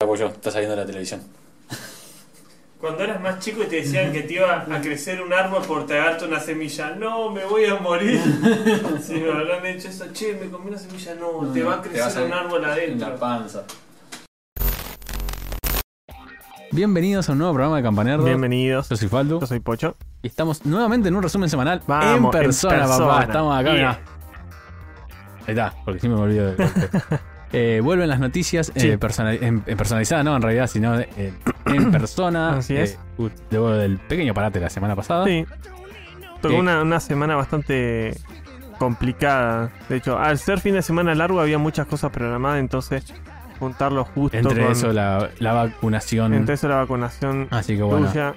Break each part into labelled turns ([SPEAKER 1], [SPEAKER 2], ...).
[SPEAKER 1] apoyo, está saliendo de la televisión.
[SPEAKER 2] Cuando eras más chico y te decían que te iba a crecer un árbol por tragarte una semilla, no, me voy a morir. Si me habrán hecho eso, che, me comí una semilla, no, te va a crecer
[SPEAKER 1] vas
[SPEAKER 2] un árbol
[SPEAKER 1] En la
[SPEAKER 2] adentro.
[SPEAKER 1] panza.
[SPEAKER 3] Bienvenidos a un nuevo programa de Campanerdo.
[SPEAKER 4] Bienvenidos.
[SPEAKER 3] Yo soy Faldu.
[SPEAKER 4] Yo soy Pocho.
[SPEAKER 3] Y estamos nuevamente en un resumen semanal.
[SPEAKER 4] Vamos,
[SPEAKER 3] en,
[SPEAKER 4] en
[SPEAKER 3] persona, papá.
[SPEAKER 4] persona.
[SPEAKER 3] Estamos acá, mirá.
[SPEAKER 4] Yeah.
[SPEAKER 3] Ahí está, porque siempre me olvido de. Eh, vuelven las noticias
[SPEAKER 4] Sí.
[SPEAKER 3] eh, personali- en, en personalizada, no en realidad, sino eh, en persona.
[SPEAKER 4] Así
[SPEAKER 3] Eh,
[SPEAKER 4] es.
[SPEAKER 3] ut- Luego del pequeño parate la semana pasada.
[SPEAKER 4] Ah. Sí. Tuve
[SPEAKER 3] ¿Qué?
[SPEAKER 4] una, una semana bastante complicada. De hecho, al ser fin de semana largo había muchas cosas programadas, entonces juntarlo justo
[SPEAKER 3] Entre
[SPEAKER 4] con-
[SPEAKER 3] eso, la, la vacunación.
[SPEAKER 4] entre eso la vacunación
[SPEAKER 3] Así que bueno,
[SPEAKER 4] tuya.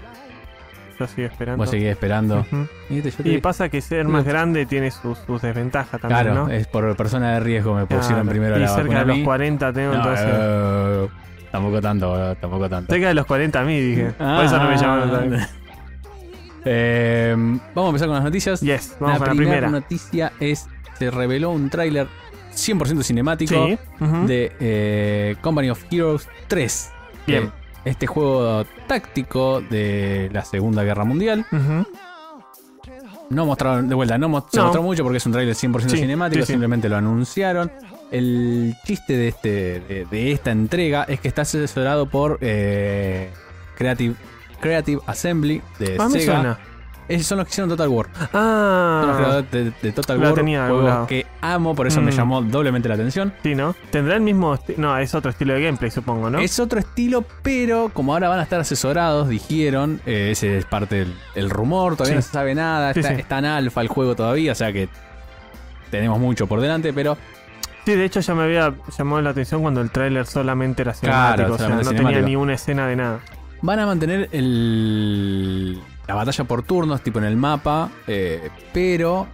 [SPEAKER 4] Yo sigo esperando.
[SPEAKER 3] vos seguís esperando.
[SPEAKER 4] Ujú.
[SPEAKER 3] Y te- yo te
[SPEAKER 4] Y
[SPEAKER 3] dije-
[SPEAKER 4] pasa que ser más grande tiene sus, sus desventajas también,
[SPEAKER 3] claro,
[SPEAKER 4] ¿no?
[SPEAKER 3] es por persona de riesgo me pusieron
[SPEAKER 4] Claro.
[SPEAKER 3] primero
[SPEAKER 4] y
[SPEAKER 3] la
[SPEAKER 4] cerca
[SPEAKER 3] vacuna. a
[SPEAKER 4] de los
[SPEAKER 3] mí.
[SPEAKER 4] 40 tengo,
[SPEAKER 3] No,
[SPEAKER 4] entonces.
[SPEAKER 3] eh, tampoco tanto, boludo, tampoco tanto.
[SPEAKER 4] cerca de los 40 a mí, dije. Por eso no
[SPEAKER 3] Ah.
[SPEAKER 4] me llamaron también.
[SPEAKER 3] Eh, vamos a empezar con las noticias.
[SPEAKER 4] Yes, vamos
[SPEAKER 3] la
[SPEAKER 4] con la
[SPEAKER 3] primera
[SPEAKER 4] primera.
[SPEAKER 3] noticia es: se reveló un tráiler 100% cinemático
[SPEAKER 4] Sí. ujú.
[SPEAKER 3] de eh, Company of Heroes 3.
[SPEAKER 4] Bien.
[SPEAKER 3] Eh, este juego táctico de la Segunda Guerra Mundial.
[SPEAKER 4] Ujú.
[SPEAKER 3] No mostraron, de vuelta, no, mo- se
[SPEAKER 4] No.
[SPEAKER 3] mostró mucho porque es un tráiler 100%
[SPEAKER 4] Sí,
[SPEAKER 3] cinemático,
[SPEAKER 4] sí, sí.
[SPEAKER 3] simplemente lo anunciaron. El chiste de, este, de, de esta entrega es que está asesorado por eh, Creative, Creative Assembly de
[SPEAKER 4] Ah, me
[SPEAKER 3] Sega.
[SPEAKER 4] suena.
[SPEAKER 3] Ellos son los que hicieron Total War. Son los
[SPEAKER 4] Ah,
[SPEAKER 3] creadores de, de Total
[SPEAKER 4] La
[SPEAKER 3] War,
[SPEAKER 4] tenía de algún
[SPEAKER 3] juegos
[SPEAKER 4] lado.
[SPEAKER 3] que amo, por eso me
[SPEAKER 4] Mm.
[SPEAKER 3] llamó doblemente la atención.
[SPEAKER 4] sí, ¿no? Tendrá el mismo. esti- No, es otro estilo de gameplay, supongo, ¿no?
[SPEAKER 3] Es otro estilo, pero como ahora van a estar asesorados, dijeron, eh, ese es parte del el rumor, todavía
[SPEAKER 4] Sí.
[SPEAKER 3] no se sabe nada,
[SPEAKER 4] Sí,
[SPEAKER 3] está,
[SPEAKER 4] sí.
[SPEAKER 3] está en alfa el juego todavía, o sea que tenemos mucho por delante, pero
[SPEAKER 4] Sí, de hecho ya me había llamado la atención cuando el tráiler solamente era cinemático.
[SPEAKER 3] Claro,
[SPEAKER 4] o sea, no
[SPEAKER 3] solamente
[SPEAKER 4] tenía
[SPEAKER 3] cinemático.
[SPEAKER 4] ni una escena de nada.
[SPEAKER 3] van a mantener el, la batalla por turnos, tipo en el mapa, eh, pero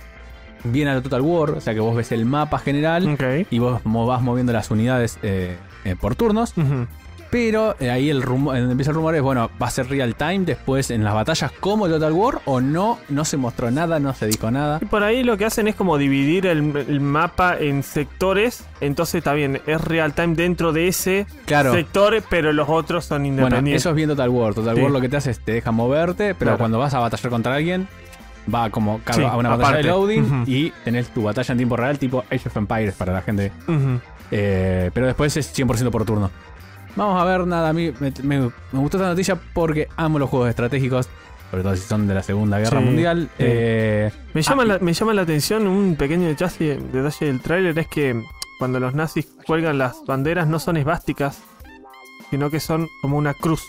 [SPEAKER 3] viene a la Total War, o sea que vos ves el mapa general
[SPEAKER 4] Ok.
[SPEAKER 3] y vos mo- vas moviendo las unidades eh, eh, por turnos.
[SPEAKER 4] Ujú.
[SPEAKER 3] Pero eh, ahí el rumor, eh, empieza el rumor es, bueno, ¿va a ser real time después en las batallas como el Total War o no? No se mostró nada, no se dijo nada.
[SPEAKER 4] Y por ahí lo que hacen es como dividir el, el mapa en sectores. Entonces está bien, es real time dentro de ese
[SPEAKER 3] Claro.
[SPEAKER 4] sector, pero los otros son
[SPEAKER 3] Bueno,
[SPEAKER 4] independientes.
[SPEAKER 3] eso es bien Total War. Total
[SPEAKER 4] Sí.
[SPEAKER 3] War lo que te hace es te deja moverte, pero
[SPEAKER 4] Claro.
[SPEAKER 3] cuando vas a batallar contra alguien, va como carga
[SPEAKER 4] Sí,
[SPEAKER 3] a una batalla de
[SPEAKER 4] aparte.
[SPEAKER 3] loading
[SPEAKER 4] Ujú.
[SPEAKER 3] y tenés tu batalla en tiempo real tipo Age of Empires para la gente.
[SPEAKER 4] Ujú.
[SPEAKER 3] Eh, pero después es 100% por turno. Vamos a ver, nada, a mí me, me- me gustó esta noticia porque amo los juegos estratégicos, sobre todo si son de la Segunda Guerra
[SPEAKER 4] Sí,
[SPEAKER 3] Mundial.
[SPEAKER 4] sí.
[SPEAKER 3] Eh,
[SPEAKER 4] Me llama,
[SPEAKER 3] Ah,
[SPEAKER 4] la, me llama la atención un pequeño detalle, detalle del tráiler, es que cuando los nazis cuelgan las banderas no son esvásticas, sino que son como una cruz.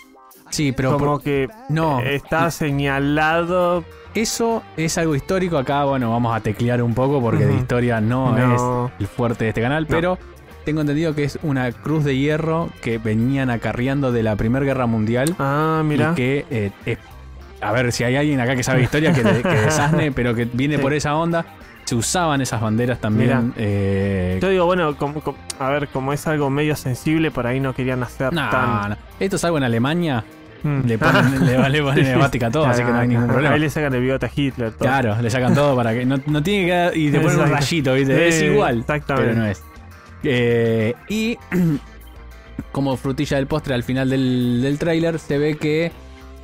[SPEAKER 3] sí, pero... por-
[SPEAKER 4] como que
[SPEAKER 3] No,
[SPEAKER 4] está señalado...
[SPEAKER 3] eso es algo histórico. Acá, bueno, vamos a teclear un poco porque de
[SPEAKER 4] Ujú.
[SPEAKER 3] historia no,
[SPEAKER 4] No.
[SPEAKER 3] es el fuerte de este canal, pero tengo entendido que es una cruz de hierro que venían acarreando de la Primera Guerra Mundial
[SPEAKER 4] Ah,
[SPEAKER 3] y
[SPEAKER 4] mira.
[SPEAKER 3] que... eh, es- a ver, si hay alguien acá que sabe historia que, que desasne, pero que viene
[SPEAKER 4] Sí.
[SPEAKER 3] por esa onda. Se usaban esas banderas también.
[SPEAKER 4] Mirá.
[SPEAKER 3] eh,
[SPEAKER 4] Yo digo, bueno, como- como- a ver, como es algo medio sensible, por ahí no querían hacer
[SPEAKER 3] nah,
[SPEAKER 4] tan...
[SPEAKER 3] nah. Esto es algo en Alemania.
[SPEAKER 4] Mm.
[SPEAKER 3] Le ponen, le, le ponen neumática a todo, así que no hay ningún problema.
[SPEAKER 4] Ahí le sacan el bigote a Hitler. todo.
[SPEAKER 3] Claro, le sacan todo para que. No, no tiene que dar. Y te ponen un
[SPEAKER 4] Exacto.
[SPEAKER 3] rayito, ¿viste? es
[SPEAKER 4] Sí,
[SPEAKER 3] igual.
[SPEAKER 4] Exactamente.
[SPEAKER 3] Pero no es. Eh, y. Como frutilla del postre al final del, del tráiler se ve que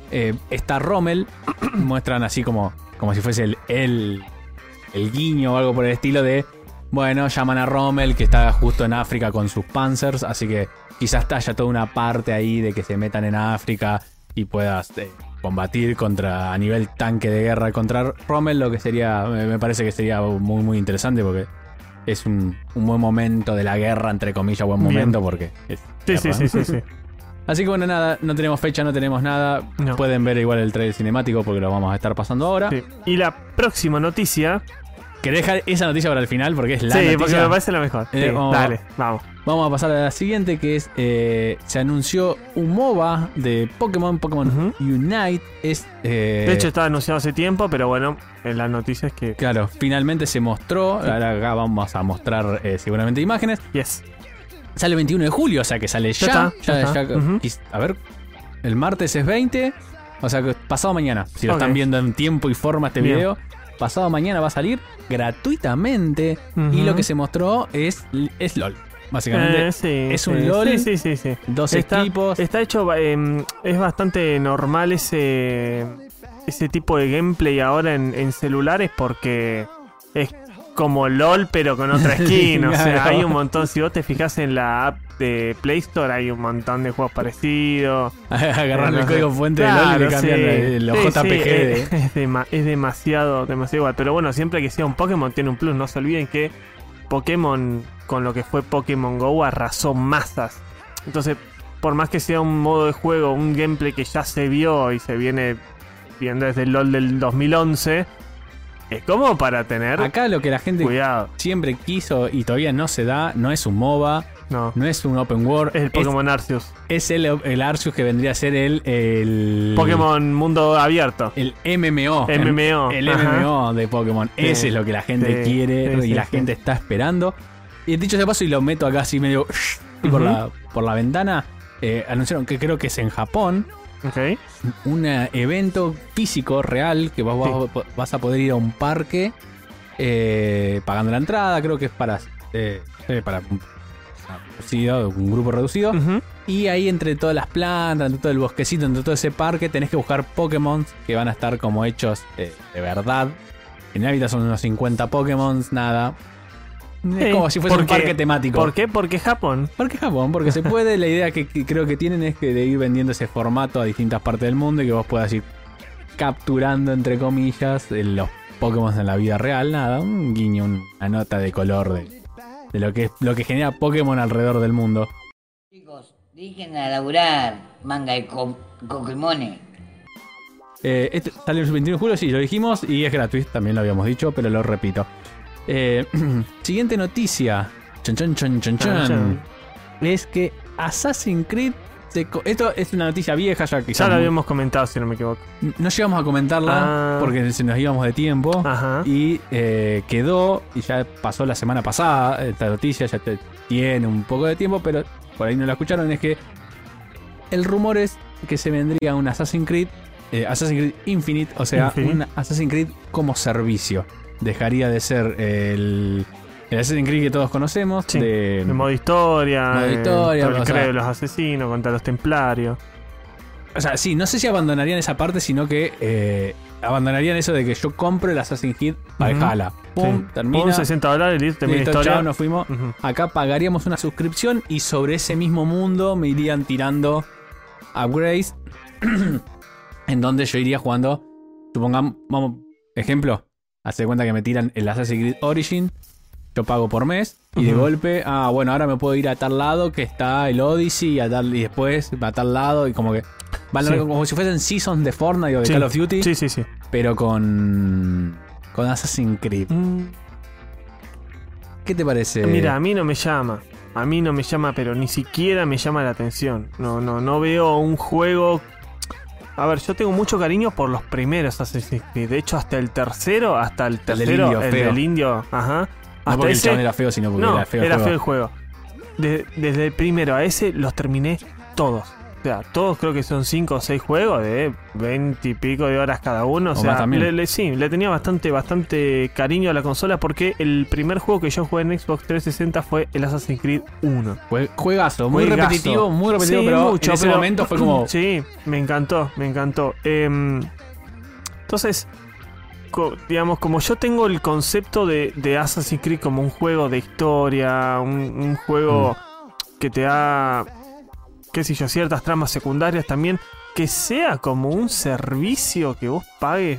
[SPEAKER 3] eh, está Rommel. Muestran así como, como si fuese el, el, el guiño o algo por el estilo de. Bueno, llaman a Rommel que está justo en África con sus Panzers. Así que quizás haya toda una parte ahí de que se metan en África y puedas eh, combatir contra a nivel tanque de guerra contra Rommel, lo que sería, me me parece que sería muy muy interesante porque es un, un buen momento de la guerra, entre comillas, buen
[SPEAKER 4] Bien.
[SPEAKER 3] momento porque es
[SPEAKER 4] Sí, sí,
[SPEAKER 3] guerra,
[SPEAKER 4] sí,
[SPEAKER 3] ¿no?
[SPEAKER 4] sí, sí.
[SPEAKER 3] Así que bueno, nada, no tenemos fecha, no tenemos nada.
[SPEAKER 4] No.
[SPEAKER 3] Pueden ver igual el trailer cinemático porque lo vamos a estar pasando ahora.
[SPEAKER 4] Sí. Y la próxima noticia...
[SPEAKER 3] ¿Querés dejar esa noticia para el final porque es la
[SPEAKER 4] sí,
[SPEAKER 3] noticia?
[SPEAKER 4] porque me parece la mejor.
[SPEAKER 3] Eh,
[SPEAKER 4] Sí,
[SPEAKER 3] vamos.
[SPEAKER 4] Dale, vamos.
[SPEAKER 3] Vamos a pasar a la siguiente que es eh, se anunció un MOBA de Pokémon, Pokémon
[SPEAKER 4] Ujú.
[SPEAKER 3] Unite. Es, eh,
[SPEAKER 4] De hecho, estaba anunciado hace tiempo, pero bueno, en las noticias es que.
[SPEAKER 3] Claro, finalmente se mostró. Ahora acá vamos a mostrar eh, seguramente imágenes.
[SPEAKER 4] Yes.
[SPEAKER 3] Sale el 21 de julio, o sea que sale ya.
[SPEAKER 4] Ya está, ya
[SPEAKER 3] Ya-
[SPEAKER 4] está.
[SPEAKER 3] ya-
[SPEAKER 4] Ujú.
[SPEAKER 3] quis- A ver, el martes es 20, o sea que pasado mañana. Si lo
[SPEAKER 4] Ok.
[SPEAKER 3] están viendo en tiempo y forma este
[SPEAKER 4] Bien.
[SPEAKER 3] video, pasado mañana va a salir gratuitamente. Y
[SPEAKER 4] Ujú.
[SPEAKER 3] lo que se mostró es, es LOL. Básicamente
[SPEAKER 4] Eh, sí,
[SPEAKER 3] es un
[SPEAKER 4] sí,
[SPEAKER 3] LOL.
[SPEAKER 4] Sí, sí, sí. sí.
[SPEAKER 3] dos
[SPEAKER 4] Está,
[SPEAKER 3] equipos.
[SPEAKER 4] está hecho, eh, es bastante normal ese, ese tipo de gameplay ahora en, en celulares porque es como LOL pero con otra skin. O sea,
[SPEAKER 3] Claro.
[SPEAKER 4] hay un montón, si vos te fijas en la app de Play Store hay un montón de juegos parecidos.
[SPEAKER 3] Agarran el
[SPEAKER 4] Ajá.
[SPEAKER 3] código fuente de LOL y le
[SPEAKER 4] Claro,
[SPEAKER 3] cambian
[SPEAKER 4] sí.
[SPEAKER 3] el- los
[SPEAKER 4] Sí, sí,
[SPEAKER 3] JPG
[SPEAKER 4] eh,
[SPEAKER 3] de-
[SPEAKER 4] Es, dema- es demasiado, demasiado igual. Pero bueno, siempre que sea un Pokémon tiene un plus. No se olviden que Pokémon, con lo que fue Pokémon Go, arrasó masas. Entonces, por más que sea un modo de juego, un gameplay que ya se vio y se viene viendo desde el LOL del 2011, es como para tener
[SPEAKER 3] Acá lo que la gente
[SPEAKER 4] cuidado.
[SPEAKER 3] siempre quiso y todavía no se da, no es un MOBA,
[SPEAKER 4] No,
[SPEAKER 3] no es un Open World.
[SPEAKER 4] es el
[SPEAKER 3] es-
[SPEAKER 4] Pokémon Arceus.
[SPEAKER 3] Es, el, el Arceus que vendría a ser el. el
[SPEAKER 4] Pokémon Mundo Abierto.
[SPEAKER 3] El MMO.
[SPEAKER 4] MMO,
[SPEAKER 3] El
[SPEAKER 4] ajá.
[SPEAKER 3] MMO de Pokémon.
[SPEAKER 4] Sí,
[SPEAKER 3] Ese es lo que la gente
[SPEAKER 4] sí,
[SPEAKER 3] quiere
[SPEAKER 4] sí,
[SPEAKER 3] y
[SPEAKER 4] sí,
[SPEAKER 3] la
[SPEAKER 4] sí.
[SPEAKER 3] gente está esperando. Y dicho de paso, y lo meto acá así medio por, la, por la ventana. eh, anunciaron que creo que es en Japón.
[SPEAKER 4] Ok.
[SPEAKER 3] un eh, evento físico real que vos vas- vas, a poder ir a un parque eh, pagando la entrada, creo que es para, eh, eh, para un, una reducida, un grupo reducido.
[SPEAKER 4] Ujú.
[SPEAKER 3] Y ahí entre todas las plantas, entre todo el bosquecito, entre todo ese parque, tenés que buscar Pokémon que van a estar como hechos eh, de verdad. En el hábitat son unos 50 Pokémon, nada.
[SPEAKER 4] Sí,
[SPEAKER 3] Es como si fuese un
[SPEAKER 4] porque-
[SPEAKER 3] parque temático.
[SPEAKER 4] ¿Por qué? Porque Japón.
[SPEAKER 3] Porque Japón, porque se puede. La idea que, que creo que tienen es que de ir vendiendo ese formato a distintas partes del mundo y que vos puedas ir capturando, entre comillas, eh, los Pokémon en la vida real. Nada, un guiño, un- una nota de color de, de lo, que es, lo que genera Pokémon alrededor del mundo.
[SPEAKER 1] Chicos, dejen a laburar, manga de co coquimones.
[SPEAKER 3] Eh, este sale el 21 de julio, sí, lo dijimos, y es gratuito, también lo habíamos dicho, pero lo repito. Eh, siguiente noticia. Chan, chan, chan, chan,
[SPEAKER 4] Chan,
[SPEAKER 3] chan.
[SPEAKER 4] chan.
[SPEAKER 3] Es que Assassin's Creed... se co- Esto es una noticia vieja ya que
[SPEAKER 4] Ya lo habíamos comentado, si no me equivoco.
[SPEAKER 3] No llegamos a comentarla
[SPEAKER 4] Ah.
[SPEAKER 3] porque se nos íbamos de tiempo.
[SPEAKER 4] Ajá.
[SPEAKER 3] Oh, Y eh, quedó, y ya pasó la semana pasada, esta noticia ya te- tiene un poco de tiempo, pero por ahí no la escucharon, es que el rumor es que se vendría un Assassin's Creed, eh, Assassin's Creed Infinite, o sea,
[SPEAKER 4] Infinite.
[SPEAKER 3] un Assassin's Creed como servicio. Dejaría de ser el, el Assassin's Creed que todos conocemos,
[SPEAKER 4] Sí,
[SPEAKER 3] de,
[SPEAKER 4] El modo historia,
[SPEAKER 3] Modo
[SPEAKER 4] eh,
[SPEAKER 3] historia,
[SPEAKER 4] todo el
[SPEAKER 3] o sea-
[SPEAKER 4] credo de los asesinos contra los templarios.
[SPEAKER 3] O sea, sí, no sé si abandonarían esa parte, sino que eh, abandonarían eso de que yo compro el Assassin's Creed para
[SPEAKER 4] Ujú.
[SPEAKER 3] jala. Pum,
[SPEAKER 4] Sí.
[SPEAKER 3] termina.
[SPEAKER 4] Pum, 60 dólares, listo, termina
[SPEAKER 3] listo,
[SPEAKER 4] historia.
[SPEAKER 3] chao, nos fuimos.
[SPEAKER 4] Ujú.
[SPEAKER 3] Acá pagaríamos una suscripción y sobre ese mismo mundo me irían tirando upgrades. en donde yo iría jugando. Supongamos, vamos, ejemplo. Hace cuenta que me tiran el Assassin's Creed Origin. Yo pago por mes. Y de
[SPEAKER 4] Ujú.
[SPEAKER 3] golpe, ah, bueno, ahora me puedo ir a tal lado que está el Odyssey. Y, a tal, y después a tal lado. Y como que. Van
[SPEAKER 4] Sí.
[SPEAKER 3] como si fuesen seasons de Fortnite o de
[SPEAKER 4] Sí.
[SPEAKER 3] Call of Duty.
[SPEAKER 4] Sí, sí, sí.
[SPEAKER 3] Pero con. Con Assassin's Creed.
[SPEAKER 4] Mm,
[SPEAKER 3] ¿Qué te parece?
[SPEAKER 4] Mira, Eh, a mí no me llama. A mí no me llama, pero ni siquiera me llama la atención. No, no, no veo un juego. A ver, yo tengo mucho cariño por los primeros Assassin's Creed. De hecho, hasta el tercero, hasta el
[SPEAKER 3] del
[SPEAKER 4] tercero,
[SPEAKER 3] indio,
[SPEAKER 4] el
[SPEAKER 3] feo.
[SPEAKER 4] del indio, ajá.
[SPEAKER 3] No
[SPEAKER 4] Hasta
[SPEAKER 3] porque el
[SPEAKER 4] ese-
[SPEAKER 3] chabón era feo, sino porque
[SPEAKER 4] No,
[SPEAKER 3] era feo. el juego.
[SPEAKER 4] el juego. De- desde el primero a ese los terminé todos. O sea, todos creo que son 5 o 6 juegos de 20 y pico de horas cada uno. O,
[SPEAKER 3] O más
[SPEAKER 4] sea,
[SPEAKER 3] también.
[SPEAKER 4] le, le- sí, le tenía bastante, bastante cariño a la consola porque el primer juego que yo jugué en Xbox 360 fue el Assassin's Creed 1.
[SPEAKER 3] Jue- Juegazo, muy
[SPEAKER 4] Juegazo.
[SPEAKER 3] repetitivo, muy repetitivo,
[SPEAKER 4] Sí,
[SPEAKER 3] pero
[SPEAKER 4] mucho,
[SPEAKER 3] en ese
[SPEAKER 4] pero-
[SPEAKER 3] momento fue como.
[SPEAKER 4] Sí, me encantó, me encantó. Em, entonces, co- digamos, como yo tengo el concepto de, de Assassin's Creed como un juego de historia, un, un juego
[SPEAKER 3] Mm.
[SPEAKER 4] que te da, qué sé yo, ciertas tramas secundarias también, que sea como un servicio que vos pagues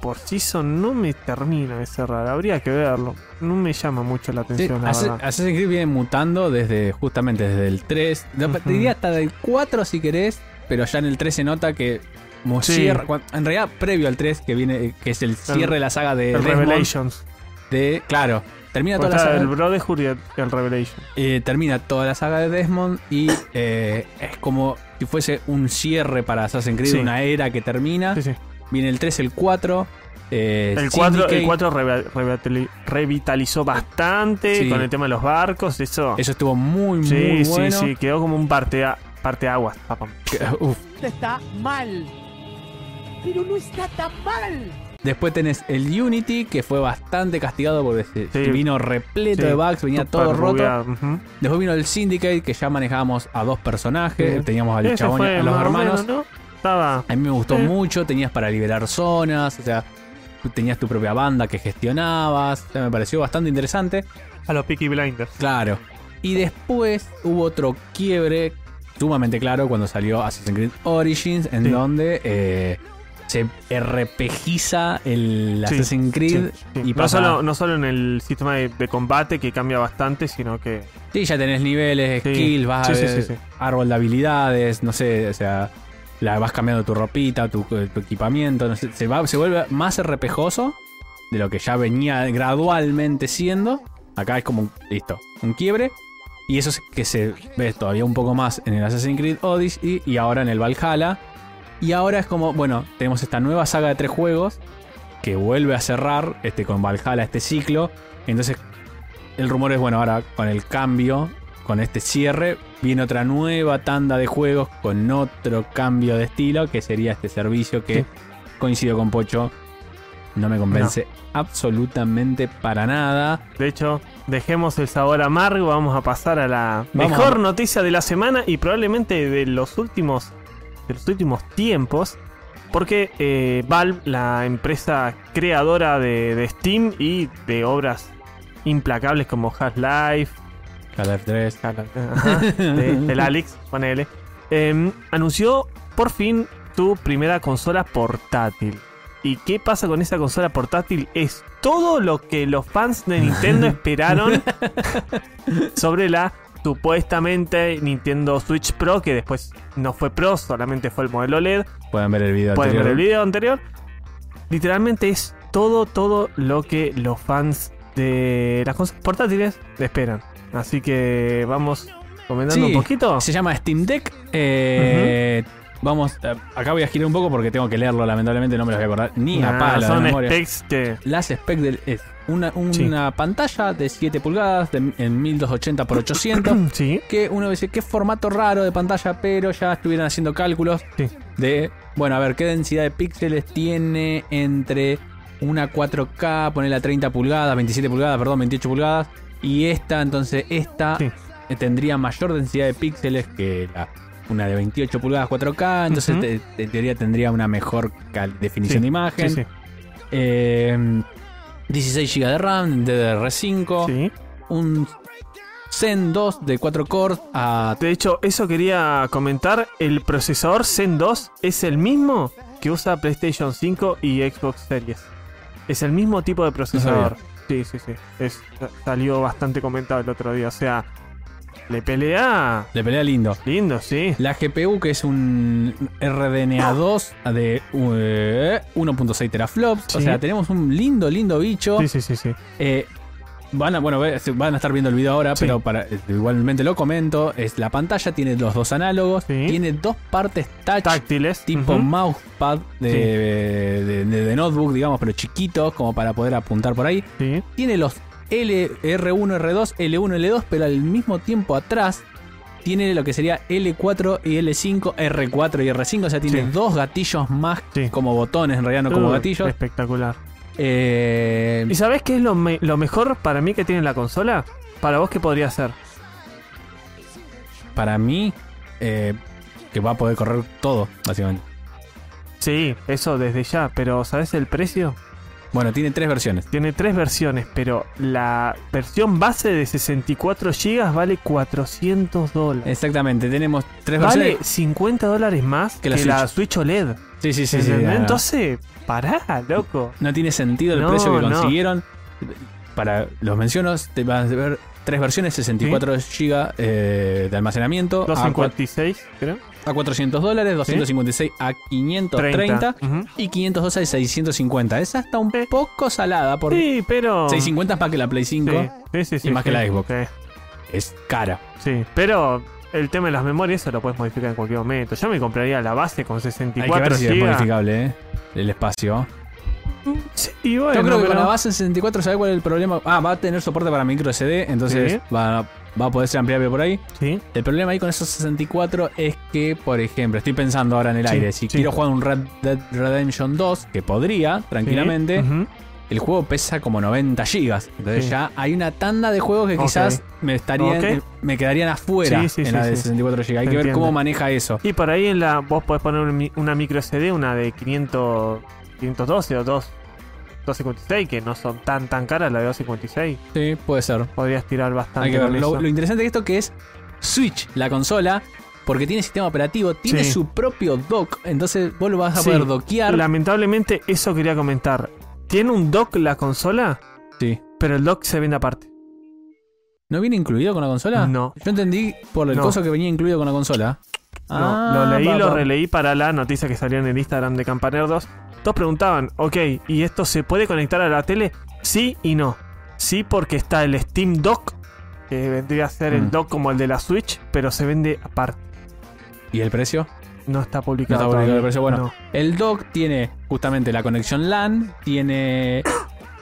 [SPEAKER 4] por season, no me termina de cerrar. Habría que verlo. No me llama mucho la
[SPEAKER 3] Sí,
[SPEAKER 4] atención, la
[SPEAKER 3] Ass-
[SPEAKER 4] verdad.
[SPEAKER 3] Assassin's Creed viene mutando desde justamente desde el 3, de-
[SPEAKER 4] Ujú.
[SPEAKER 3] te diría hasta del 4 si querés, pero ya en el 3 se nota que como
[SPEAKER 4] Sí.
[SPEAKER 3] cierra- cuan- en realidad previo al 3 que viene que es el cierre de la saga de
[SPEAKER 4] El
[SPEAKER 3] Desmond,
[SPEAKER 4] Revelations.
[SPEAKER 3] de claro, termina toda la
[SPEAKER 4] Está
[SPEAKER 3] saga,
[SPEAKER 4] el Brotherhood y el- el Revelation.
[SPEAKER 3] eh, termina toda la saga de Desmond y eh, es como si fuese un cierre para Assassin's Creed,
[SPEAKER 4] Sí.
[SPEAKER 3] una era que termina.
[SPEAKER 4] Sí, sí.
[SPEAKER 3] Viene el 3, el 4, eh,
[SPEAKER 4] El 4, el
[SPEAKER 3] Syndicate.
[SPEAKER 4] 4 reva- revatali- revitalizó bastante
[SPEAKER 3] Sí.
[SPEAKER 4] con el tema de los barcos, eso.
[SPEAKER 3] Eso estuvo muy,
[SPEAKER 4] sí,
[SPEAKER 3] muy
[SPEAKER 4] sí,
[SPEAKER 3] bueno.
[SPEAKER 4] sí, quedó como un parte, aguas.
[SPEAKER 3] Que- uf,
[SPEAKER 5] está mal. Pero no está tan mal.
[SPEAKER 3] Después tenés el Unity, que fue bastante castigado porque se-
[SPEAKER 4] Sí.
[SPEAKER 3] vino repleto
[SPEAKER 4] Sí,
[SPEAKER 3] de bugs, venía todo
[SPEAKER 4] súper
[SPEAKER 3] roto.
[SPEAKER 4] bugueado, ujú.
[SPEAKER 3] Después vino el Syndicate, que ya manejábamos a dos personajes.
[SPEAKER 4] Sí.
[SPEAKER 3] Teníamos al
[SPEAKER 4] Ese
[SPEAKER 3] chabón y
[SPEAKER 4] fue
[SPEAKER 3] a los
[SPEAKER 4] más o
[SPEAKER 3] hermanos.
[SPEAKER 4] menos, ¿no? Estaba.
[SPEAKER 3] A mí me gustó
[SPEAKER 4] Sí.
[SPEAKER 3] mucho, tenías para liberar zonas, o sea, tú tenías tu propia banda que gestionabas, o sea, me pareció bastante interesante.
[SPEAKER 4] A los Peaky Blinders.
[SPEAKER 3] Claro. Y después hubo otro quiebre sumamente claro cuando salió Assassin's Creed Origins, en
[SPEAKER 4] Sí.
[SPEAKER 3] donde eh, se RPGiza el
[SPEAKER 4] Sí,
[SPEAKER 3] Assassin's Creed
[SPEAKER 4] Sí, sí.
[SPEAKER 3] y
[SPEAKER 4] no,
[SPEAKER 3] pasa...
[SPEAKER 4] solo, no solo en el sistema de, de combate que cambia bastante, sino que.
[SPEAKER 3] Sí, ya tenés niveles,
[SPEAKER 4] Sí.
[SPEAKER 3] skills, vas
[SPEAKER 4] Sí,
[SPEAKER 3] a
[SPEAKER 4] sí,
[SPEAKER 3] ver
[SPEAKER 4] sí, sí.
[SPEAKER 3] árbol de habilidades, no sé, o sea, la, vas cambiando tu ropita, tu, eh, tu equipamiento, no sé, se, va, se vuelve más RPGoso de lo que ya venía gradualmente siendo. Acá es como, un- listo, un quiebre. Y eso es que se ve todavía un poco más en el Assassin's Creed Odyssey y ahora en el Valhalla. Y ahora es como, bueno, tenemos esta nueva saga de tres juegos que vuelve a cerrar este, con Valhalla este ciclo. Entonces, el rumor es, bueno, ahora con el cambio, con este cierre, viene otra nueva tanda de juegos con otro cambio de estilo, que sería este servicio que
[SPEAKER 4] Sí.
[SPEAKER 3] coincido con Pocho. No me convence absolutamente para nada.
[SPEAKER 4] De hecho, dejemos el sabor amargo. Vamos a pasar a la
[SPEAKER 3] Vamos.
[SPEAKER 4] mejor noticia de la semana y probablemente de los últimos, de los últimos tiempos. Porque eh, Valve, la empresa creadora de, de Steam y de obras implacables como Half-Life,
[SPEAKER 3] Cada 3.
[SPEAKER 4] Ajá, de- del Alex, ponele. Eh, anunció por fin tu primera consola portátil. ¿Y qué pasa con esa consola portátil? Es todo lo que los fans de Nintendo esperaron sobre la supuestamente Nintendo Switch Pro, que después no fue Pro, solamente fue el modelo E LED.
[SPEAKER 3] Pueden ver el video
[SPEAKER 4] Pueden ver
[SPEAKER 3] anterior.
[SPEAKER 4] Pues, el video anterior. Literalmente es todo, todo lo que los fans de las cosas portátiles esperan. Así que vamos comentando
[SPEAKER 3] Sí.
[SPEAKER 4] un poquito.
[SPEAKER 3] Se llama Steam Deck. Eh, Vamos, eh, acá voy a girar un poco porque tengo que leerlo, lamentablemente no me los voy a acordar ni
[SPEAKER 4] Nah,
[SPEAKER 3] a palo de
[SPEAKER 4] Ah, son
[SPEAKER 3] memoria.
[SPEAKER 4] specs que
[SPEAKER 3] Las specs del es una, una pantalla de 7 pulgadas de- en 1280 x 800
[SPEAKER 4] sí,
[SPEAKER 3] que uno dice qué formato raro de pantalla, pero ya estuvieran haciendo cálculos
[SPEAKER 4] Sí.
[SPEAKER 3] de, bueno, a ver, qué densidad de píxeles tiene entre una 4K, ponerla 30 pulgadas, 27 pulgadas, perdón, 28 pulgadas, y esta, entonces esta
[SPEAKER 4] Sí.
[SPEAKER 3] eh, tendría mayor densidad de píxeles que la- una de 28 pulgadas 4K, entonces
[SPEAKER 4] Ujú.
[SPEAKER 3] te- te- en teoría tendría una mejor cal- definición
[SPEAKER 4] Sí,
[SPEAKER 3] de
[SPEAKER 4] sí,
[SPEAKER 3] imagen.
[SPEAKER 4] sí,
[SPEAKER 3] Eh, 16 GB de RAM, DDR5,
[SPEAKER 4] sí.
[SPEAKER 3] un Zen 2 de 4 cores a
[SPEAKER 4] De hecho, eso quería comentar. El procesador Zen 2 es el mismo que usa PlayStation 5 y Xbox Series. Es el mismo tipo de procesador. Sí, sí, sí. Es- salió bastante comentado el otro día. O sea, le pelea
[SPEAKER 3] de pelea lindo.
[SPEAKER 4] Lindo, sí.
[SPEAKER 3] La GPU, que es un
[SPEAKER 4] Ah.
[SPEAKER 3] RDNA 2 de eh, 1.6 teraflops. O
[SPEAKER 4] Sí.
[SPEAKER 3] sea, tenemos un lindo, lindo bicho.
[SPEAKER 4] Sí, sí, sí, sí.
[SPEAKER 3] Eh, van a, bueno, ve- se- van a estar viendo el video ahora,
[SPEAKER 4] Sí.
[SPEAKER 3] pero para, eh, igualmente lo comento. Es, la pantalla tiene los dos análogos,
[SPEAKER 4] Sí.
[SPEAKER 3] tiene dos partes touch,
[SPEAKER 4] Táctiles.
[SPEAKER 3] tipo
[SPEAKER 4] ujú.
[SPEAKER 3] mousepad de,
[SPEAKER 4] Sí.
[SPEAKER 3] de- de- de notebook, digamos, pero chiquitos, como para poder apuntar por ahí.
[SPEAKER 4] Sí.
[SPEAKER 3] Tiene los L, R1, R2, L1, L2, pero al mismo tiempo atrás tiene lo que sería L4 y L5, R4 y R5. O sea, tiene
[SPEAKER 4] Sí.
[SPEAKER 3] dos gatillos más
[SPEAKER 4] Sí.
[SPEAKER 3] como botones, en realidad no como
[SPEAKER 4] Uh,
[SPEAKER 3] gatillos.
[SPEAKER 4] Espectacular.
[SPEAKER 3] Eh,
[SPEAKER 4] ¿Y sabes qué es lo, me- lo mejor para mí que tiene la consola? Para vos, ¿qué podría ser?
[SPEAKER 3] para mí, eh, que va a poder correr todo, básicamente.
[SPEAKER 4] Sí, eso desde ya, pero ¿sabes el precio?
[SPEAKER 3] Bueno, tiene tres versiones.
[SPEAKER 4] Tiene tres versiones, pero la versión base de 64 GB vale 400 dólares.
[SPEAKER 3] Exactamente, tenemos tres
[SPEAKER 4] Vale
[SPEAKER 3] versiones.
[SPEAKER 4] 50 dólares más que la, Switch. OLED.
[SPEAKER 3] Sí, sí, Ah, sí. sí,
[SPEAKER 4] ¿entendés?
[SPEAKER 3] no, no.
[SPEAKER 4] Entonces, pará, loco.
[SPEAKER 3] No tiene sentido el
[SPEAKER 4] No,
[SPEAKER 3] precio que
[SPEAKER 4] no.
[SPEAKER 3] consiguieron. Para los mencionos, te vas a ver tres versiones: 64 GB eh, de almacenamiento a, cua-
[SPEAKER 4] 256, creo.
[SPEAKER 3] a 400 dólares, 256 a 530
[SPEAKER 4] Ujú.
[SPEAKER 3] y 512 a 650. Esa está un
[SPEAKER 4] Sí.
[SPEAKER 3] poco salada por
[SPEAKER 4] Sí, pero.
[SPEAKER 3] 650 es más que la Play 5.
[SPEAKER 4] Sí, sí, sí,
[SPEAKER 3] y más que
[SPEAKER 4] sí,
[SPEAKER 3] la Xbox.
[SPEAKER 4] sí.
[SPEAKER 3] Es cara.
[SPEAKER 4] Sí, pero el tema de las memorias, eso lo puedes modificar en cualquier momento. Yo me compraría la base con
[SPEAKER 3] Hay que
[SPEAKER 4] 64
[SPEAKER 3] ver si es
[SPEAKER 4] GB.
[SPEAKER 3] modificable, ¿eh? El espacio.
[SPEAKER 4] Sí, bueno,
[SPEAKER 3] Yo creo que
[SPEAKER 4] pero-
[SPEAKER 3] con la base en 64, ¿sabes cuál es el problema? Ah, va a tener soporte para micro SD, entonces
[SPEAKER 4] Sí.
[SPEAKER 3] va a va a poder ser ampliable por ahí.
[SPEAKER 4] ¿Sí?
[SPEAKER 3] El problema ahí con esos 64 es que, por ejemplo, estoy pensando ahora en el
[SPEAKER 4] Sí,
[SPEAKER 3] aire. Si
[SPEAKER 4] sí.
[SPEAKER 3] quiero jugar un Red Dead Redemption 2, que podría, tranquilamente,
[SPEAKER 4] Sí, ujú.
[SPEAKER 3] el juego pesa como 90 gigas. Entonces
[SPEAKER 4] Sí.
[SPEAKER 3] ya hay una tanda de juegos que
[SPEAKER 4] Ok.
[SPEAKER 3] quizás me estarían,
[SPEAKER 4] Ok.
[SPEAKER 3] me quedarían afuera
[SPEAKER 4] Sí, sí,
[SPEAKER 3] en
[SPEAKER 4] sí,
[SPEAKER 3] la de
[SPEAKER 4] sí.
[SPEAKER 3] 64 gigas. Hay
[SPEAKER 4] Se
[SPEAKER 3] que ver
[SPEAKER 4] entiende.
[SPEAKER 3] cómo maneja eso.
[SPEAKER 4] Y por ahí en la, vos podés poner un mi- una micro SD, una de 500, 512 o 2, 256, que no son tan tan caras, la de 256.
[SPEAKER 3] Sí, puede ser.
[SPEAKER 4] Podrías tirar bastante.
[SPEAKER 3] Hay que ver.
[SPEAKER 4] con
[SPEAKER 3] Lo,
[SPEAKER 4] eso.
[SPEAKER 3] lo interesante de esto que es Switch, la consola, porque tiene sistema operativo, tiene
[SPEAKER 4] Sí.
[SPEAKER 3] su propio dock. Entonces vos lo vas a
[SPEAKER 4] Sí,
[SPEAKER 3] poder dockear.
[SPEAKER 4] Lamentablemente, eso quería comentar. Tiene un dock la consola,
[SPEAKER 3] Sí.
[SPEAKER 4] pero el dock se vende aparte.
[SPEAKER 3] ¿No viene incluido con la consola?
[SPEAKER 4] No.
[SPEAKER 3] Yo entendí por el
[SPEAKER 4] No.
[SPEAKER 3] coso que venía incluido con la consola.
[SPEAKER 4] No,
[SPEAKER 3] Ah,
[SPEAKER 4] lo leí,
[SPEAKER 3] va,
[SPEAKER 4] lo
[SPEAKER 3] va.
[SPEAKER 4] releí para la noticia que salió en el Instagram de Campanerdos. Todos preguntaban, ok, ¿y esto se puede conectar a la tele? Sí y no. Sí, porque está el Steam Dock, que vendría a ser el
[SPEAKER 3] Mm.
[SPEAKER 4] dock como el de la Switch, pero se vende aparte.
[SPEAKER 3] ¿Y el precio?
[SPEAKER 4] No está
[SPEAKER 3] No
[SPEAKER 4] publicado.
[SPEAKER 3] está publicado
[SPEAKER 4] todavía.
[SPEAKER 3] el precio. Bueno,
[SPEAKER 4] No.
[SPEAKER 3] el dock tiene justamente la conexión LAN, tiene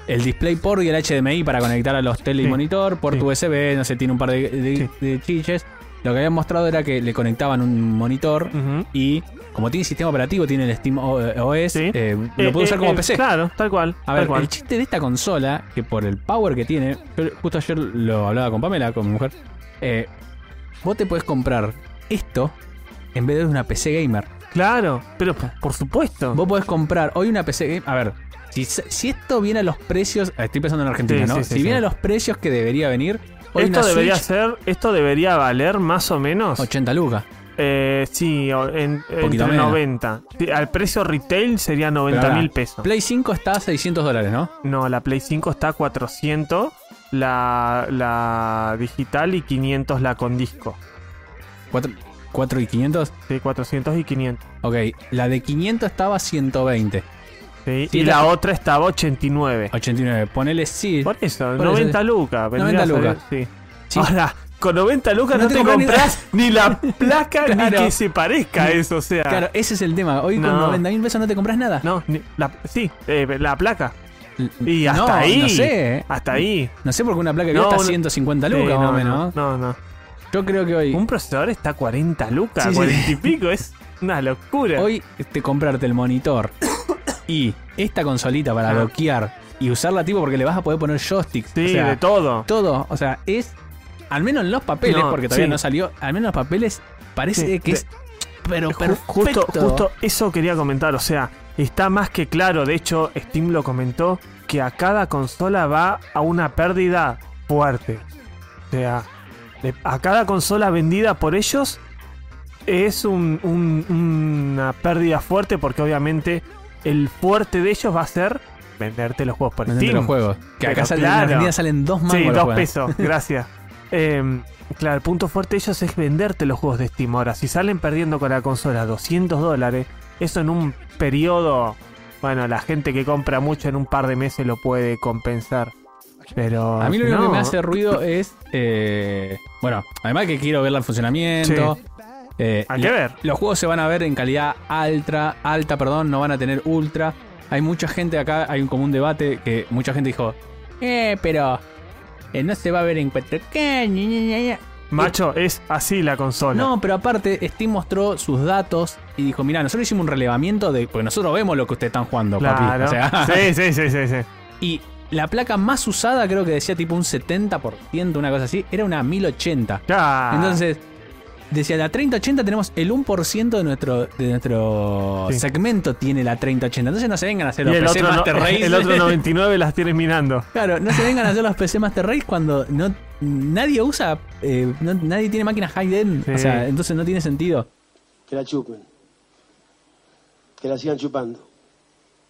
[SPEAKER 3] el DisplayPort y el HDMI para conectar a los tele y
[SPEAKER 4] Sí.
[SPEAKER 3] monitor, puerto
[SPEAKER 4] Sí.
[SPEAKER 3] USB, no sé, tiene un par de, de-
[SPEAKER 4] Sí.
[SPEAKER 3] de chiches. Lo que habían mostrado era que le conectaban un monitor
[SPEAKER 4] Ujú.
[SPEAKER 3] y como tiene sistema operativo, tiene el Steam O- OS,
[SPEAKER 4] Sí.
[SPEAKER 3] eh, lo
[SPEAKER 4] Eh,
[SPEAKER 3] puede usar
[SPEAKER 4] eh,
[SPEAKER 3] como
[SPEAKER 4] eh,
[SPEAKER 3] PC.
[SPEAKER 4] Claro, tal cual.
[SPEAKER 3] A
[SPEAKER 4] tal
[SPEAKER 3] ver,
[SPEAKER 4] cual.
[SPEAKER 3] el chiste de esta consola, que por el power que tiene, yo justo ayer lo hablaba con Pamela, con mi mujer, eh, vos te podés comprar esto en vez de una PC gamer.
[SPEAKER 4] Claro, pero p- por supuesto.
[SPEAKER 3] Vos podés comprar hoy una PC gamer. A ver, si, si esto viene a los precios, eh, estoy pensando en Argentina,
[SPEAKER 4] Sí,
[SPEAKER 3] ¿no?
[SPEAKER 4] sí, sí,
[SPEAKER 3] si viene
[SPEAKER 4] sí.
[SPEAKER 3] a los precios que debería venir, hoy
[SPEAKER 4] Esto
[SPEAKER 3] una
[SPEAKER 4] debería
[SPEAKER 3] Switch,
[SPEAKER 4] ser, esto debería valer más o menos
[SPEAKER 3] 80 lucas.
[SPEAKER 4] Eh, sí, o- en, entre
[SPEAKER 3] menos.
[SPEAKER 4] 90. Sí, al precio retail sería 90
[SPEAKER 3] Pero ahora,
[SPEAKER 4] mil pesos.
[SPEAKER 3] Play 5 está a 600 dólares, ¿no?
[SPEAKER 4] no, la Play 5 está a 400, la, la digital y 500 la con disco.
[SPEAKER 3] 4, y 500.
[SPEAKER 4] Sí, 400 y 500.
[SPEAKER 3] Ok, la de 500 estaba a 120.
[SPEAKER 4] sí.
[SPEAKER 3] Sí,
[SPEAKER 4] y
[SPEAKER 3] la-
[SPEAKER 4] la otra estaba a 89.
[SPEAKER 3] 89. Ponele sí.
[SPEAKER 4] Por eso,
[SPEAKER 3] Por
[SPEAKER 4] 90
[SPEAKER 3] eso.
[SPEAKER 4] lucas.
[SPEAKER 3] 90
[SPEAKER 4] vendría a salir-
[SPEAKER 3] lucas.
[SPEAKER 4] sí.
[SPEAKER 3] Sí.
[SPEAKER 4] Ahora, con 90 lucas
[SPEAKER 3] No
[SPEAKER 4] no, te
[SPEAKER 3] tengo ni-
[SPEAKER 4] compras ni la placa ni
[SPEAKER 3] Claro.
[SPEAKER 4] que se parezca a eso. O sea,
[SPEAKER 3] Claro, ese es el tema. Hoy con
[SPEAKER 4] Ah. No.
[SPEAKER 3] 90 mil pesos no te compras nada.
[SPEAKER 4] no, ni- la, sí, eh, la placa.
[SPEAKER 3] L-
[SPEAKER 4] Y hasta
[SPEAKER 3] no,
[SPEAKER 4] ahí.
[SPEAKER 3] No sé. eh.
[SPEAKER 4] Hasta ahí.
[SPEAKER 3] No sé por qué una placa que
[SPEAKER 4] No,
[SPEAKER 3] está a
[SPEAKER 4] una-
[SPEAKER 3] 150 lucas
[SPEAKER 4] Sí,
[SPEAKER 3] más o
[SPEAKER 4] no,
[SPEAKER 3] menos.
[SPEAKER 4] no, no, no.
[SPEAKER 3] Yo creo que hoy.
[SPEAKER 4] Un procesador está a 40 lucas,
[SPEAKER 3] Sí, sí.
[SPEAKER 4] 40 y pico, es una locura.
[SPEAKER 3] Hoy este, comprarte el monitor y esta consolita para
[SPEAKER 4] Ah.
[SPEAKER 3] bloquear y usarla tipo porque le vas a poder poner joystick.
[SPEAKER 4] sí,
[SPEAKER 3] o sea,
[SPEAKER 4] de todo.
[SPEAKER 3] todo. O sea, es. Al menos en los papeles,
[SPEAKER 4] No,
[SPEAKER 3] porque todavía
[SPEAKER 4] sí.
[SPEAKER 3] no salió. Al menos en los papeles parece
[SPEAKER 4] Sí,
[SPEAKER 3] que
[SPEAKER 4] de-
[SPEAKER 3] es. Pero
[SPEAKER 4] Ju-
[SPEAKER 3] perfecto.
[SPEAKER 4] Justo, justo eso quería comentar, o sea, está más que claro, de hecho Steam lo comentó, que a cada consola va a una pérdida fuerte. O sea, de- a cada consola vendida por ellos es un- un- una pérdida fuerte porque obviamente el fuerte de ellos va a ser venderte los juegos por
[SPEAKER 3] Vendete
[SPEAKER 4] Steam.
[SPEAKER 3] los juegos. Que acá
[SPEAKER 4] Pero
[SPEAKER 3] salen, en
[SPEAKER 4] claro.
[SPEAKER 3] Argentina salen dos más.
[SPEAKER 4] Sí, dos pesos, gracias. Eh, claro, el punto fuerte de ellos es venderte los juegos de Steam. Ahora, si salen perdiendo con la consola 200 dólares, eso en un periodo, bueno, la gente que compra mucho en un par de meses lo puede compensar. Pero...
[SPEAKER 3] A mí lo
[SPEAKER 4] si
[SPEAKER 3] único
[SPEAKER 4] no,
[SPEAKER 3] que me hace ruido es. eh, bueno, además que quiero verla en funcionamiento. eh,
[SPEAKER 4] Hay que ver.
[SPEAKER 3] Los juegos se van a ver en calidad alta, alta, perdón, no van a tener ultra. Hay mucha gente acá, hay un común debate que mucha gente dijo, eh, pero eh, no se va a ver en 4K. ña, ña, ña, ña".
[SPEAKER 4] Macho, es así la consola.
[SPEAKER 3] No, pero aparte, Steam mostró sus datos y dijo, mira, nosotros hicimos un relevamiento de, porque nosotros vemos lo que ustedes están jugando, papi".
[SPEAKER 4] claro.
[SPEAKER 3] O sea,
[SPEAKER 4] Sí, sí, sí, sí, sí.
[SPEAKER 3] y la placa más usada, creo que decía tipo un 70%, una cosa así, era una 1080.
[SPEAKER 4] Ya.
[SPEAKER 3] Entonces, decía la 3080 tenemos el 1% de nuestro, de nuestro
[SPEAKER 4] Sí.
[SPEAKER 3] segmento tiene la 3080. Entonces no se vengan a hacer
[SPEAKER 4] y
[SPEAKER 3] los
[SPEAKER 4] el
[SPEAKER 3] PC
[SPEAKER 4] otro, no-
[SPEAKER 3] Master Race.
[SPEAKER 4] el otro 99 las tienes mirando.
[SPEAKER 3] claro, no se vengan a hacer los PC Master Race cuando no nadie usa, eh, no- nadie tiene máquinas high-end.
[SPEAKER 4] Sí.
[SPEAKER 3] O sea, entonces no tiene sentido.
[SPEAKER 5] Que la chupen. Que la sigan chupando.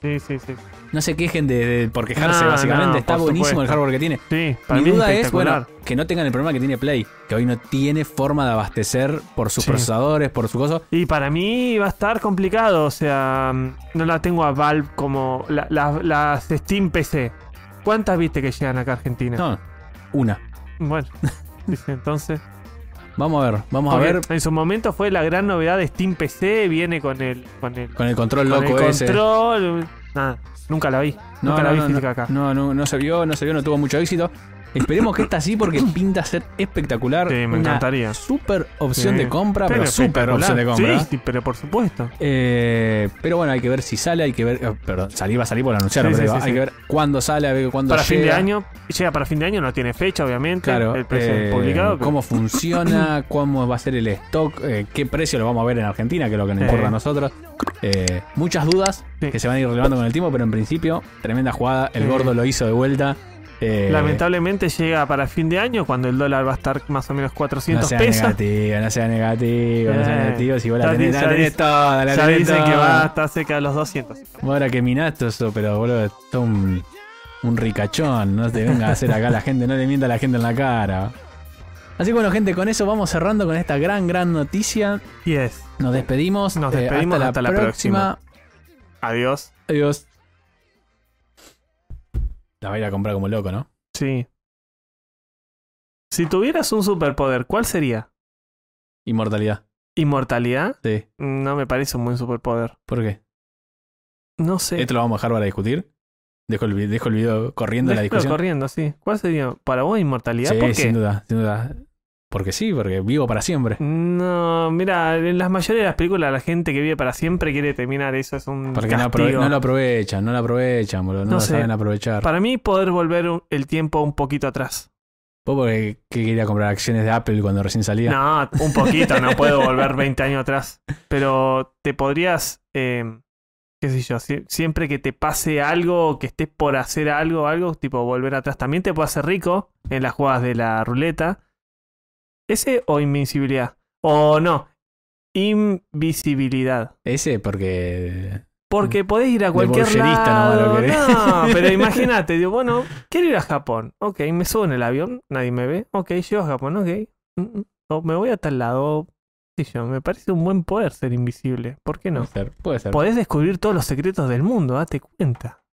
[SPEAKER 4] Sí, sí, sí.
[SPEAKER 3] No se quejen de, de- por quejarse,
[SPEAKER 4] No,
[SPEAKER 3] básicamente.
[SPEAKER 4] no,
[SPEAKER 3] Está
[SPEAKER 4] por
[SPEAKER 3] buenísimo el
[SPEAKER 4] supuesto.
[SPEAKER 3] hardware que tiene.
[SPEAKER 4] Sí, para
[SPEAKER 3] Mi
[SPEAKER 4] mí
[SPEAKER 3] duda
[SPEAKER 4] es
[SPEAKER 3] es,
[SPEAKER 4] espectacular.
[SPEAKER 3] bueno, que no tengan el problema que tiene Play, que hoy no tiene forma de abastecer por sus
[SPEAKER 4] Sí.
[SPEAKER 3] procesadores, por su cosa.
[SPEAKER 4] Y para mí va a estar complicado, o sea, mm, no la tengo a Valve como la- la- las Steam PC. ¿Cuántas viste que llegan acá a Argentina?
[SPEAKER 3] No, una.
[SPEAKER 4] Bueno, dice, entonces.
[SPEAKER 3] Vamos a ver, vamos
[SPEAKER 4] Porque
[SPEAKER 3] a ver
[SPEAKER 4] En su momento fue la gran novedad de Steam PC, viene con el con el,
[SPEAKER 3] con el control
[SPEAKER 4] con
[SPEAKER 3] loco
[SPEAKER 4] el
[SPEAKER 3] ese.
[SPEAKER 4] control. Nada, nunca la vi.
[SPEAKER 3] No,
[SPEAKER 4] nunca
[SPEAKER 3] no,
[SPEAKER 4] la vi
[SPEAKER 3] no,
[SPEAKER 4] física
[SPEAKER 3] no,
[SPEAKER 4] acá.
[SPEAKER 3] no, no, no se vio, no se vio, no tuvo mucho éxito. Esperemos que esta sí porque pinta ser espectacular.
[SPEAKER 4] Sí, me
[SPEAKER 3] Una
[SPEAKER 4] encantaría.
[SPEAKER 3] Super opción
[SPEAKER 4] Sí.
[SPEAKER 3] de compra, pero, super
[SPEAKER 4] Eh, espectacular.
[SPEAKER 3] opción de compra.
[SPEAKER 4] Sí, sí, pero por supuesto.
[SPEAKER 3] Eh, pero bueno, hay que ver si sale, hay que ver. eh, perdón, salir va a salir por anunciarlo,
[SPEAKER 4] Sí,
[SPEAKER 3] pero
[SPEAKER 4] sí,
[SPEAKER 3] hay
[SPEAKER 4] sí, sí.
[SPEAKER 3] que ver cuándo sale, a ver cuándo
[SPEAKER 4] para fin de
[SPEAKER 3] llega.
[SPEAKER 4] año, llega para fin de año, no tiene fecha, obviamente.
[SPEAKER 3] Claro,
[SPEAKER 4] el precio
[SPEAKER 3] eh,
[SPEAKER 4] publicado. pero-
[SPEAKER 3] cómo funciona, cómo va a ser el stock, eh, qué precio lo vamos a ver en Argentina, que es lo que nos
[SPEAKER 4] Sí.
[SPEAKER 3] importa a nosotros. Eh, muchas dudas
[SPEAKER 4] Sí.
[SPEAKER 3] que se van a ir relevando con el tiempo, pero en principio, tremenda jugada. El
[SPEAKER 4] Sí.
[SPEAKER 3] gordo lo hizo de vuelta. Eh,
[SPEAKER 4] Lamentablemente llega para fin de año cuando el dólar va a estar más o menos
[SPEAKER 3] No
[SPEAKER 4] 400
[SPEAKER 3] sea
[SPEAKER 4] pesos.
[SPEAKER 3] negativo, no sea negativo, no sea
[SPEAKER 4] Eh,
[SPEAKER 3] negativo. Si vos la
[SPEAKER 4] ya
[SPEAKER 3] tenés,
[SPEAKER 4] di-
[SPEAKER 3] la
[SPEAKER 4] ya
[SPEAKER 3] tenés
[SPEAKER 4] dice-
[SPEAKER 3] toda, la
[SPEAKER 4] Ya
[SPEAKER 3] tenés
[SPEAKER 4] dicen que
[SPEAKER 3] toda.
[SPEAKER 4] va a estar cerca de los 200.
[SPEAKER 3] Vos Ahora que minaste eso, pero boludo, es todo un, un ricachón. No te venga a hacer acá la gente, no le mienta a la gente en la cara. Así que bueno, gente, con eso vamos cerrando con esta gran, gran noticia.
[SPEAKER 4] Y es.
[SPEAKER 3] Nos despedimos. eh,
[SPEAKER 4] Nos despedimos, hasta la Adiós.
[SPEAKER 3] Adiós. La va a ir a comprar como loco, ¿no?
[SPEAKER 4] Sí. Si tuvieras un superpoder, ¿cuál sería?
[SPEAKER 3] Inmortalidad.
[SPEAKER 4] ¿Inmortalidad?
[SPEAKER 3] Sí.
[SPEAKER 4] No me parece un buen superpoder.
[SPEAKER 3] ¿Por qué?
[SPEAKER 4] No sé.
[SPEAKER 3] Esto lo vamos a dejar para discutir. Dejo el, vi- dejo el video corriendo la
[SPEAKER 4] Déjalo
[SPEAKER 3] discusión.
[SPEAKER 4] corriendo, sí. ¿Cuál sería? ¿Para vos inmortalidad?
[SPEAKER 3] sí,
[SPEAKER 4] ¿Por qué?
[SPEAKER 3] sin duda, sin duda. Porque sí, porque vivo para siempre.
[SPEAKER 4] No, mira, en las mayoría de las películas la gente que vive para siempre quiere terminar eso, es un
[SPEAKER 3] Porque no, aprove-
[SPEAKER 4] castigo.
[SPEAKER 3] no lo aprovechan, no lo aprovechan, boludo. No,
[SPEAKER 4] No
[SPEAKER 3] lo
[SPEAKER 4] sé.
[SPEAKER 3] saben aprovechar.
[SPEAKER 4] Para mí poder volver un- el tiempo un poquito atrás.
[SPEAKER 3] ¿Vos porque qué quería comprar acciones de Apple cuando recién salía?
[SPEAKER 4] No, un poquito, no puedo volver 20 años atrás. Pero te podrías, eh, qué sé yo, si- siempre que te pase algo, que estés por hacer algo, algo, tipo volver atrás. También te puede hacer rico en las jugadas de la ruleta. Ese o invencibilidad. O no, invisibilidad.
[SPEAKER 3] Ese porque...
[SPEAKER 4] Porque podés ir a cualquier
[SPEAKER 3] bolserista Mm. nomás lo
[SPEAKER 4] lado.
[SPEAKER 3] querés.
[SPEAKER 4] No, pero imagínate, digo, bueno, quiero ir a Japón. Ok, me subo en el avión, nadie me ve. Ok, llego a Japón, ok. Mm, mm. O me voy a tal lado. qué sé yo, me parece un buen poder ser invisible. ¿Por qué no?
[SPEAKER 3] Puede ser, puede ser.
[SPEAKER 4] Podés descubrir todos los secretos del mundo, date cuenta.